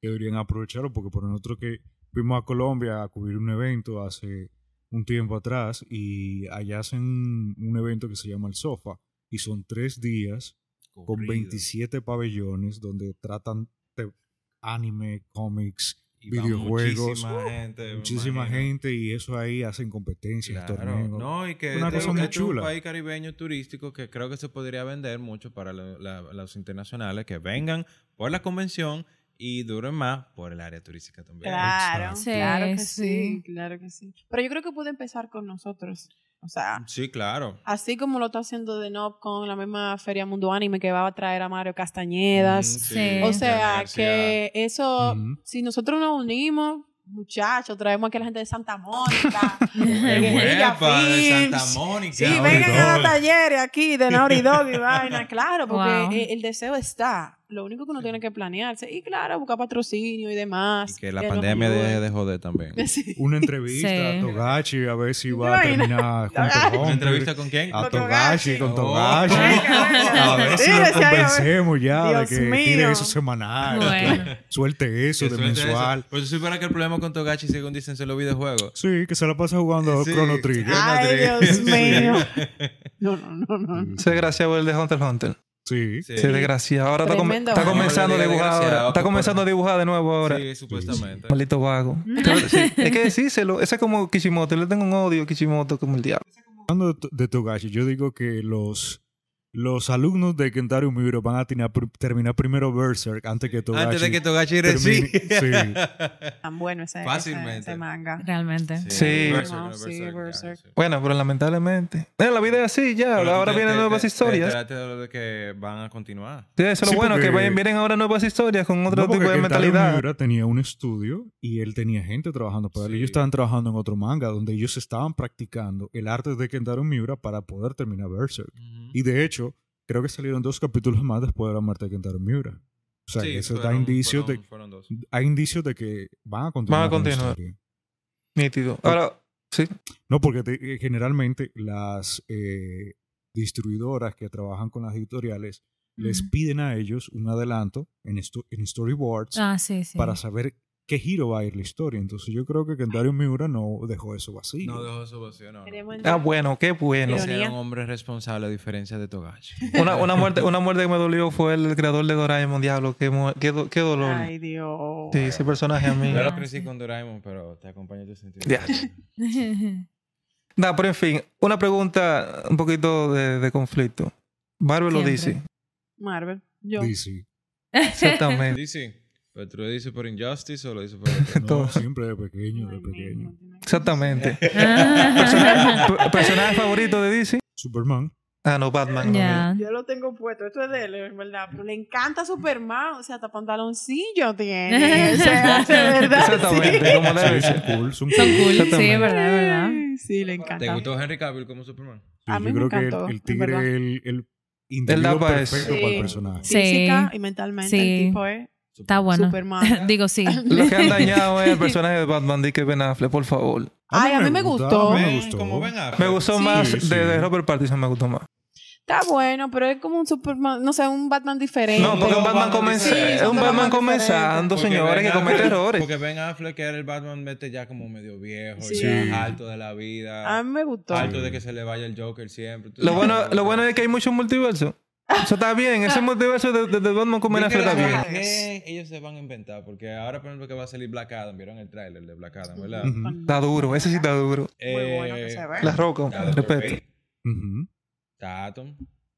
E: que deberían aprovecharlo, porque por nosotros que fuimos a Colombia a cubrir un evento hace un tiempo atrás, y allá hacen un, un evento que se llama El Sofa, y son tres días con
C: Corrido.
E: 27 pabellones donde tratan te- anime, cómics,
C: Y va
E: videojuegos,
C: Muchísima gente. me
E: muchísima
C: imagino.
E: gente y eso ahí hacen competencias,
C: Claro.
E: torneos.
C: No, y que
E: Una
C: te-
E: cosa muy
C: este es un
E: chula.
C: país caribeño turístico que creo que se podría vender mucho para lo- la- los internacionales que vengan por la convención y duren más por el área turística también.
D: Claro,
B: Sí,
D: claro que sí,
B: sí.
D: claro que sí. Pero yo creo que puede empezar con nosotros. O sea,
C: Sí, claro.
D: Así como lo está haciendo The Knob con la misma Feria Mundo Anime que va a traer a Mario Castañedas.
C: Mm,
B: Sí.
D: O
B: Mario
D: sea, que eso,
E: Ujú.
D: si nosotros nos unimos, muchachos, traemos aquí a la gente de Santa Mónica.
C: De
D: de Guerrilla
C: Huepa, de
D: Films.
C: Santa Mónica.
D: Sí,
E: Naughty
D: vengan a
E: Dog.
D: los talleres aquí de Naughty Dog y vaina. Claro, porque
B: Wow.
D: eh, el deseo está. Lo único que uno tiene que planearse. Y claro, buscar patrocinio y demás.
C: Y que la
D: nos
C: pandemia
D: ayude.
C: deje de joder también.
D: Sí.
E: Una entrevista
B: Sí.
E: a Togashi a ver si va a
D: Ay, no.
E: terminar con
D: Togashi.
E: Hunter x
C: ¿Una
E: Hunter,
C: entrevista Oh. con quién?
E: a
D: Con
E: Togashi, con
C: Togashi.
E: Togashi.
D: Venga, venga.
E: A ver si
D: Mírese
E: lo
D: ahí, a ver.
E: convencemos ya
D: Dios
E: de que
D: mío.
E: tire eso semanal,
B: Bueno.
E: que suelte eso de
C: Suerte eso.
E: mensual.
C: Pues yo supiera que el problema con Togashi, según dicen, son los videojuegos.
E: Sí, que se la pasa jugando
C: Sí.
E: Chrono Trigger.
C: Ah.
D: Ay, Dios mío. No, no, no, no.
A: Ese desgraciado el de Hunter x Hunter.
E: Sí.
C: Sí,
A: Ese desgraciado. Ahora está, com-
D: Tremendo
A: está
D: vago.
A: comenzando a
C: Ahora le digo
A: dibujar ahora.
C: desgraciado,
A: Está
C: que
A: comenzando a
C: por-
A: dibujar de nuevo ahora.
C: Sí, supuestamente.
A: Maldito vago. Sí, Es que decírselo. Ese es como Kishimoto. Yo le tengo un odio a Kishimoto como el diablo.
E: Hablando de To- de Togashi, yo digo que los, los alumnos de Kentaro Miura van a tina- pr- terminar primero Berserk antes que Togashi.
C: Antes de que Togachi
E: termine-
C: recibe.
D: Tan bueno ese, ese-
C: Fácilmente.
D: ese manga.
B: Realmente.
A: Sí.
D: No,
C: ¿no?
D: sí,
C: ya,
D: Berserk.
C: sí.
A: Bueno, pero lamentablemente. Eh, la vida es así ya.
C: Pero tú
A: ahora
C: te-
A: vienen
C: te-
A: nuevas
C: te-
A: historias.
C: Te enteraste de lo que van a continuar.
A: Sí, eso es lo
E: Sí,
A: bueno, que
E: porque-
A: vayan- vienen ahora nuevas historias con otro
E: No, porque
A: tipo de
E: Kentaro
A: mentalidad.
E: Miura tenía un estudio y él tenía gente trabajando para él.
C: Sí.
E: Ellos estaban trabajando en otro manga donde ellos estaban practicando el arte de Kentaro Miura para poder terminar Berserk. Y de hecho, creo que salieron dos capítulos más después de la muerte de Kentaro Miura. O sea,
C: Sí,
E: eso da
C: fueron-
E: indicios
C: fueron-
E: de,
C: fueron dos.
E: hay indicios de que van a continuar.
A: Van a
E: con la
A: continuar.
E: historia.
A: Nítido. Ahora, sí.
E: No, porque te- eh, generalmente las eh, distribuidoras que trabajan con las editoriales les
B: Ujú.
E: piden a ellos un adelanto en, esto- en storyboards
B: Ah, sí, sí.
E: para saber qué giro va a ir la historia. Entonces yo creo que Kentaro Miura no dejó eso vacío.
C: No dejó su vacío, no. no.
D: Queremos
A: Ah, bueno, qué bueno.
D: Ironía.
C: Ese era un hombre responsable a diferencia de Togashi.
A: Una, una, muerte, una muerte que me dolió fue el creador de Doraemon, diablo. Qué, mu- qué, do- qué dolor.
D: Ay, Dios.
A: sí, ese personaje a mí.
C: Yo lo
B: Ah,
C: crecí
B: sí.
C: con Doraemon, pero te acompaña tu sentido.
A: Ya. Nah, pero en fin, una pregunta un poquito de, de conflicto. Marvel lo
B: Siempre.
A: dice.
D: Marvel. Yo.
E: DC.
A: Exactamente.
C: DC. ¿Pero tú lo dices por Injustice o lo dices por otro?
E: No,
A: Todo.
E: siempre de pequeño,
D: Ay,
E: de pequeño.
D: mismo,
A: Exactamente.
B: Ah.
A: Personaje, personaje favorito de DC.
E: Superman.
A: Ah, no, Batman.
B: Ya.
D: Yo lo tengo puesto, esto es de él, en verdad. Pero le encanta Superman, o sea, hasta pantaloncillo tiene. O sea, de verdad.
A: Exactamente,
D: sí.
A: como debe
E: Sí, son
A: ser.
E: cool,
B: Son
E: son cool.
B: cool. Sí,
A: Exactamente.
B: es verdad, es verdad.
D: Sí, le encanta.
C: ¿Te gustó Henry Cavill como Superman?
E: Sí,
D: A mí
E: yo
D: me
E: creo que el-
D: encantó,
E: el,
D: en verdad.
E: tigre el, el individuo
A: pa' eso.
E: perfecto para
D: Sí.
E: el personaje.
B: Sí.
D: Física y mentalmente
B: Sí.
D: el tipo es
B: Está bueno.
D: Superman.
B: Digo, sí.
A: Lo que han dañado es el personaje de Batman, di que Ben Affleck, por favor.
D: Ay, a mí me gustó.
E: a mí
C: Ven,
E: me gustó.
C: Como Ben Affleck.
A: Me gustó
D: Sí.
A: más
E: Sí, sí.
A: de, de Robert Pattinson, me gustó más.
D: Está bueno, pero es como un Superman, no sé, un Batman diferente.
A: No, porque un Batman,
C: Batman
A: comenza-
C: diferente.
A: es
C: Sí,
A: un
C: son
A: Batman
D: Batman
A: comenzando,
C: Porque
A: señores,
C: Ben
A: que comete
C: Affleck-
A: errores.
C: Porque Ben Affleck era el Batman vete ya como medio viejo,
D: Sí.
C: ya alto de la vida,
D: A mí me gustó.
C: alto de que se le vaya el Joker siempre. tú
A: Lo
C: sabes,
A: bueno,
C: como
A: lo
C: que-
A: bueno es que hay muchos multiversos. Eso está bien, ese multiverso de, de- de Batman con Ben
C: Yo
A: Affleck
C: creo
A: está
C: que
A: bien.
C: también ellos se van a inventar, porque ahora por ejemplo que va a salir Black Adam, vieron el tráiler de Black Adam, ¿verdad?
E: Ujú.
A: Está duro, ese sí está duro.
D: Muy bueno
C: Eh,
D: que se ve.
A: La roca,
C: Está Doctor
A: respeto.
C: Fate,
E: Ujú,
C: Está Atom.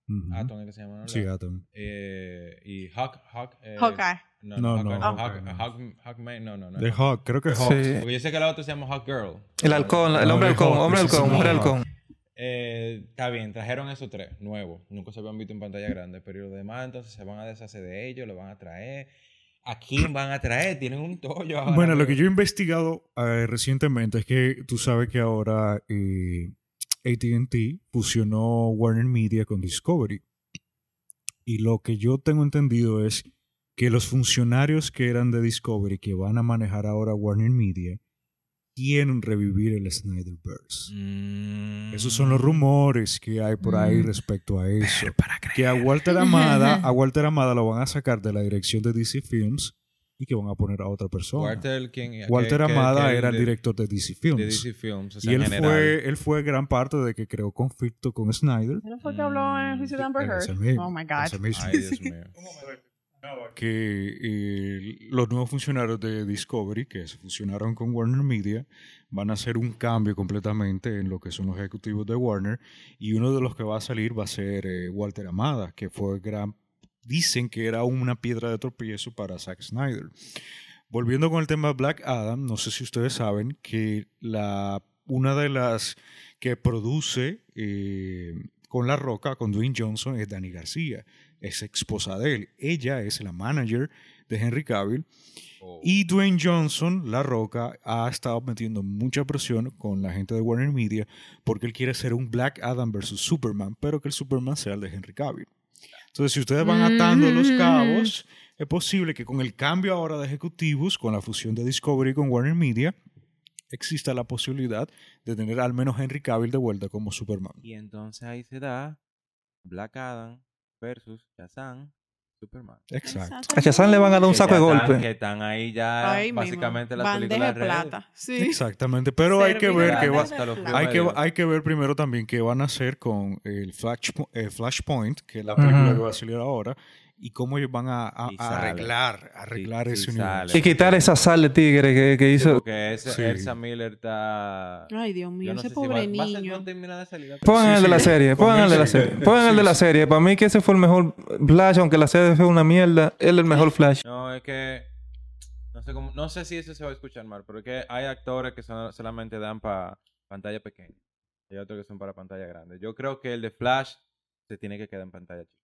E: ujú.
C: Atom es que se llama, ¿no?
E: Sí, Atom.
C: Eh, y Hawk, Hawk. eh,
D: Hawkeye.
C: No,
E: No,
C: no,
E: no,
C: Hawkeye, no,
E: Hawkeye,
C: Hawk-
E: no.
C: Hawk- Hawkman, no, no, no.
E: De Hawk, creo que Hawk.
A: Sí.
C: Porque yo sé que la otra se llama Hawk Girl.
A: El halcón, el
E: No,
A: hombre
E: de
A: halcón,
E: Hulk,
A: hombre
E: ese sí
A: halcón,
E: me
A: hombre
E: gusta.
A: halcón.
C: Eh, está bien, trajeron esos tres nuevos. Nunca se habían visto en pantalla grande, pero los demás entonces se van a deshacer de ellos, lo van a traer. ¿A quién van a traer? Tienen un tollo. ahora,
E: Bueno, lo
C: pero-
E: que yo he investigado eh, recientemente es que tú sabes que ahora eh, ATT fusionó Warner Media con Discovery. Y lo que yo tengo entendido es que los funcionarios que eran de Discovery, que van a manejar ahora Warner Media, quieren revivir el Snyderverse.
C: Mm.
E: Esos son los rumores que hay por ahí
B: Mm.
E: respecto a eso. Que a Walter Amada, a Walter Amada lo van a sacar de la dirección de DC Films y que van a poner a otra persona. Walter,
C: Walter, ¿quién- que- que-
E: Amada
C: que
E: era el
C: de-
E: director de DC Films.
C: de DC Films. o sea,
E: y él
C: en general.
E: fue, él fue gran parte de que creó conflicto con Snyder.
D: ¿No fue que habló en Juicio de Amber
E: Ese
D: Heard?
E: mismo,
D: Oh my
E: ese
D: God.
E: mismo.
C: Ay, Dios mío.
E: que eh, los nuevos funcionarios de Discovery, que se fusionaron con Warner Media, van a hacer un cambio completamente en lo que son los ejecutivos de Warner. Y uno de los que va a salir va a ser eh, Walter Amada, que fue gran. Dicen que era una piedra de tropiezo para Zack Snyder. Volviendo con el tema de Black Adam, no sé si ustedes saben que la, una de las que produce eh, con La Roca, con Dwayne Johnson, es Dani García, es esposa de él. Ella es la manager de Henry Cavill. Y Dwayne Johnson, La Roca, ha estado metiendo mucha presión con la gente de Warner Media porque él quiere hacer un Black Adam versus Superman, pero que el Superman sea el de Henry Cavill. Entonces, si ustedes van atando los cabos, es posible que con el cambio ahora de ejecutivos, con la fusión de Discovery con Warner Media, exista la posibilidad de tener al menos Henry Cavill de vuelta como Superman.
F: Y entonces ahí se da Black Adam versus Shazam, Superman.
E: Exacto.
A: A Shazam le van a dar un
F: Que
A: saco de
F: ya están-
A: golpe.
F: Que están ahí ya
D: Ahí mismo.
F: básicamente las
D: Bandeja de
F: películas redes.
D: plata. Sí.
E: Exactamente, pero hay que ver que
D: Servirá
E: va,
D: de plata.
E: hay que,
F: Bueno.
E: hay que ver primero también qué van a hacer con el Flash, eh, Flashpoint, que es la película
A: Ajá.
E: que va a salir ahora, y cómo ellos van a, a-
F: Y
E: a
F: sale.
E: arreglar, arreglar
F: Sí,
E: ese
F: sí
E: universo.
F: sale.
A: Y quitar esa sal de tigre que, que
F: Sí,
A: hizo.
F: Porque ese,
E: Sí.
F: Elsa Miller está...
D: Ay, Dios mío,
F: yo no sé
D: ese
F: si
D: pobre
F: va- va a ser-
D: niño.
F: no termina de salir la
A: Pongan
E: Sí,
A: el
E: sí.
A: de la serie,
E: Con
A: pongan el de la
E: ese-
A: serie, pongan el de
E: sí,
A: la
E: sí.
A: serie. Para mí que ese fue el mejor Flash, aunque la serie fue una mierda, él el mejor Flash.
C: No, es que. No sé, cómo, no sé si eso se va a escuchar mal, pero es que hay actores que son- solamente dan para pantalla pequeña. Y hay otros que son para pantalla grande. Yo creo que el de Flash se tiene que quedar en pantalla chica.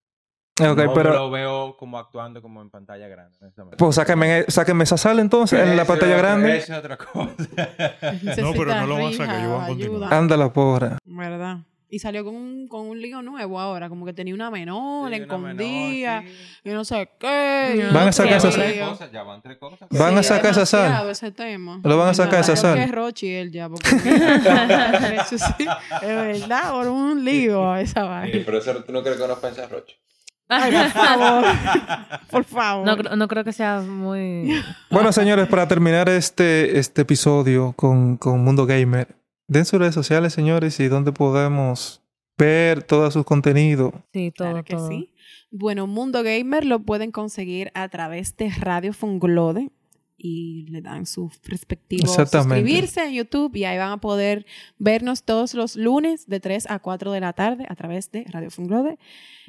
A: Ok,
C: no
A: pero
C: lo veo como actuando como en pantalla grande. honestamente.
A: pues sáquenme, sáquenme esa sal entonces Pues, en la
C: Ese
A: pantalla
C: otro-
A: grande.
C: ese es otra cosa.
E: No, pero no lo van a sacar, ellos van a continuar.
A: Anda la porra.
D: ¿Verdad? Y salió con un, con un lío nuevo ahora, como que tenía una menor,
C: Sí,
D: la
C: una menor,
D: escondía,
C: sí.
D: y no sé qué.
B: Van a
D: sacar
A: sacar
D: esa
A: esa
F: Tres
A: sal.
F: cosas, ya van tres cosas.
A: Van a sacar esa sal.
D: Ese tema.
A: Lo van a sacar esa
D: Creo
A: sal.
D: que es Rochi él ya, porque eso sí, es verdad, por un lío esa vaina.
F: pero eso tú no crees que no piensa Roche.
D: Ay, por favor, por favor.
B: No, cre- no creo que sea muy...
A: Bueno, señores, para terminar este, este episodio con, con Mundo Gamer, den sus redes sociales, señores, y donde podemos ver todos sus contenidos.
B: Sí, todo,
D: Claro que
B: todo.
D: sí. Bueno, Mundo Gamer lo pueden conseguir a través de Radio Funglode y le dan su respectivo
A: Exactamente.
D: suscribirse en YouTube y ahí van a poder vernos todos los lunes de 3 a 4 de la tarde a través de Radio Funglode. Eh,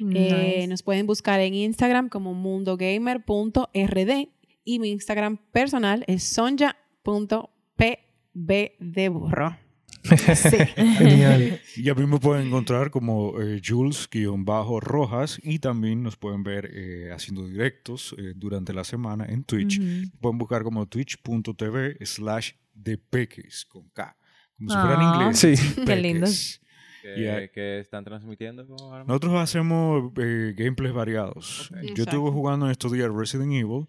B: Nice.
D: nos pueden buscar en Instagram como mundogamer.rd y mi Instagram personal es sonja.pb de burro. Sí.
A: Genial.
E: Ya mismo pueden encontrar como eh, Jules-Rojas y también nos pueden ver eh, haciendo directos eh, durante la semana en Twitch.
B: Ujú.
E: Pueden buscar como twitch.tv slash depeques con K. Como si
B: Ah.
E: fuera en inglés.
A: Sí.
B: Qué lindo.
E: Depeques.
F: Que,
E: Yeah.
F: que están transmitiendo como ahora mismo.
E: Nosotros hacemos eh, gameplays variados.
F: Ok.
E: Yo estuve
D: Exacto.
E: jugando en estos días Resident Evil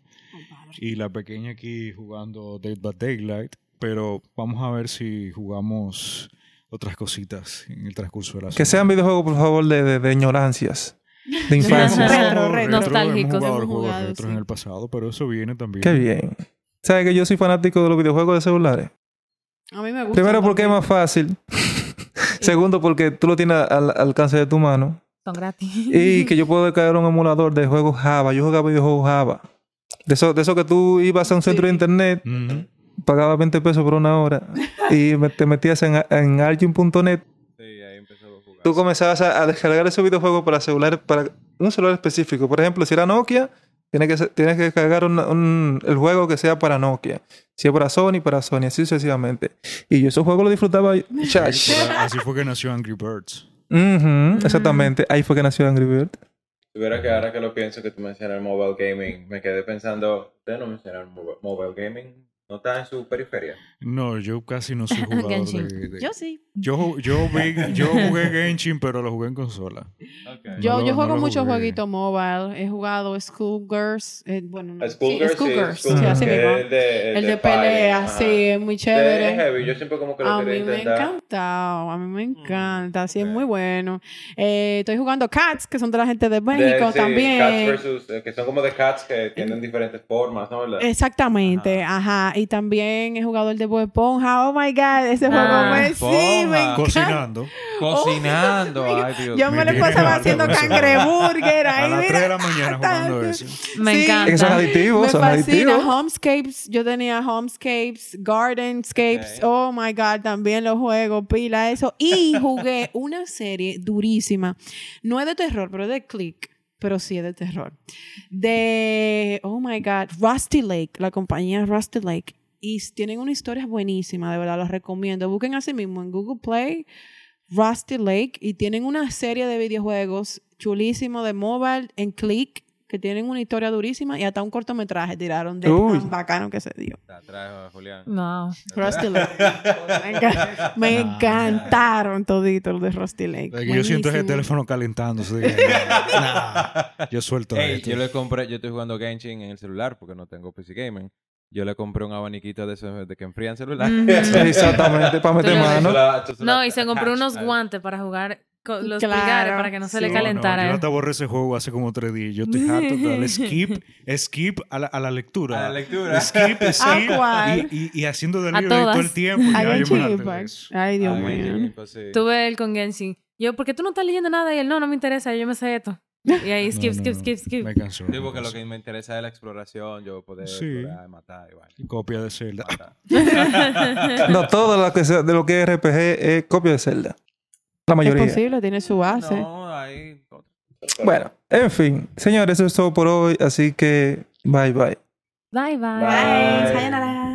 E: y la pequeña aquí jugando Dead by Daylight, pero vamos a ver si jugamos otras cositas en el transcurso de la semana.
A: Que sean videojuegos, por favor, de, de, de ignorancias, de
B: Ajá.
A: infancia.
D: Retro, retro.
B: Nostálgicos.
E: Hemos jugado
D: Hemos
E: juegos
D: jugado,
E: retro
D: sí.
E: en el pasado, pero eso viene también.
A: Qué bien. ¿Sabes que yo soy fanático de los videojuegos de celulares?
D: A mí me gusta.
A: Primero porque es más fácil. Segundo porque tú lo tienes al al alcance de tu mano.
B: Son gratis.
A: Y que yo puedo descargar un emulador de juegos Java. Yo jugaba videojuegos Java. De eso, de eso que tú ibas a un centro de
D: Sí.
A: internet,
E: Ujú.
A: pagabas 20 pesos por una hora y me- te metías en, en Arjun.net.
F: Sí, ahí empezó a jugar.
A: Tú comenzabas a, a descargar esos videojuegos para celular, para un celular específico. Por ejemplo, si era Nokia, tienes que, ser- tienes que descargar un- un- el juego que sea para Nokia. Si es para Sony, para Sony, así sucesivamente. Y yo esos juegos los disfrutaba. chacho.
E: Así fue que nació Angry Birds.
A: Ujú, Exactamente. Ahí fue que nació Angry Bird.
F: Tuviera que ahora que lo pienso que tú mencionas el mobile gaming, me quedé pensando, ustedes no mencionaron mobi- mobile gaming, no está en su periferia.
E: No, yo casi no soy jugador
B: Genshin.
E: de... de-
D: Yo sí.
E: Yo, ju- yo, vi- yo jugué Genshin, pero lo jugué en consola.
F: Okay.
D: Yo,
E: No lo-
D: yo
E: no
D: juego
E: lo
D: muchos
E: jugué.
D: juegos mobile. He jugado Schoolgirls. eh, bueno, no.
F: Schoolgirls,
D: sí,
F: Schoolgirls,
D: Schoolgirls. sí, así
F: que
D: mismo.
F: es de-
D: El de
F: fighting,
D: pelea,
F: ajá.
D: sí, es muy
F: Este es
D: chévere.
F: heavy, yo siempre como que lo
D: A
F: quería
D: mí me
F: intentar. Mm,
D: encanta, a mí me encanta, sí, es
F: ok.
D: muy bueno. Eh, estoy jugando Cats, que son de la gente de
F: De-
D: México
F: sí,
D: también.
F: Cats versus, eh, que son como de cats que tienen diferentes formas, ¿no? La-
D: Exactamente, ajá. Y también he jugado el de Bob Esponja. Oh my God, ese
B: Ah.
D: juego me sí, me
C: Esponja.
D: encanta.
E: Cocinando.
F: Oh,
C: Cocinando, ay Dios
D: Yo me
E: mío.
D: lo pasaba haciendo
E: Mira,
D: cangreburger
E: A
D: ahí,
E: las 3 de la
D: mira.
E: mañana
D: hasta-
E: jugando eso.
B: Me
D: Sí.
A: Es que son
B: encanta.
A: aditivos,
D: Me
A: son
D: fascina.
A: aditivos.
D: Homescapes, yo tenía homescapes, gardenscapes,
F: Ok.
D: oh my god, también los juegos, pila eso. Y jugué una serie durísima, no es de terror, pero es de click, pero sí es de terror. De, oh my god, Rusty Lake, la compañía Rusty Lake. Y s- tienen una historia buenísima, de verdad, los recomiendo. Busquen así mismo en Google Play. Rusty Lake y tienen una serie de videojuegos chulísimo de mobile en click que tienen una historia durísima y hasta un cortometraje tiraron de
A: Uy.
D: tan bacano que se dio.
F: La trajo Julián.
D: Mm.
B: No.
D: Rusty Lake. Ah, Me, enca- me encantaron toditos los de Rusty Lake.
E: De que este Yo siento ese
D: Buenísimo.
E: teléfono calentándose. Dije, nah, yo suelto
F: Ey,
E: esto.
F: yo le compré, yo estoy jugando Genshin en el celular porque no tengo PC Gaming. Yo le compré un abaniquito de esos de que enfrían celular.
D: Mm.
B: Ujú.
A: Exactamente, para meter
B: Tú lo
A: mano.
B: No, y se compró unos guantes para jugar con los
D: Claro.
B: pulgares para que no se le
E: No,
B: calentara.
E: no, yo hasta borré ese juego hace como tres días. Yo estoy harto de darle skip, skip a la, a la lectura.
F: A la lectura.
E: Skip, skip.
D: cuál?
E: y, y, y haciendo
B: Ah, A
E: delivery todo el
B: todas.
E: tiempo.
D: Ay,
E: Ya,
D: ven,
E: yo me harté de
D: Chilipac.
E: eso.
D: Ay, Dios
F: Ah,
D: mío.
F: Genshin, pues sí.
B: Tuve él con Genshin. Yo, ¿por qué tú no estás leyendo nada? Y él, no, no me interesa, yo me sé esto. Y ahí,
E: No,
B: skip,
E: no,
B: skip,
E: no.
B: skip, skip.
E: Me cansó.
F: Sí,
E: me
F: porque lo
E: cansó.
F: que me interesa es la exploración, yo poder
E: Sí.
F: explorar, matar y vaina.
E: Copia de Zelda.
F: Matar.
A: No, todo lo que sea- de lo que es RPG es copia de Zelda. La
D: Es
A: mayoría.
D: posible, tiene su base.
F: No, ahí.
A: Bueno, en fin, señores, eso es todo por hoy, así que bye bye.
B: Bye, bye.
F: Bye.
D: Sayonara.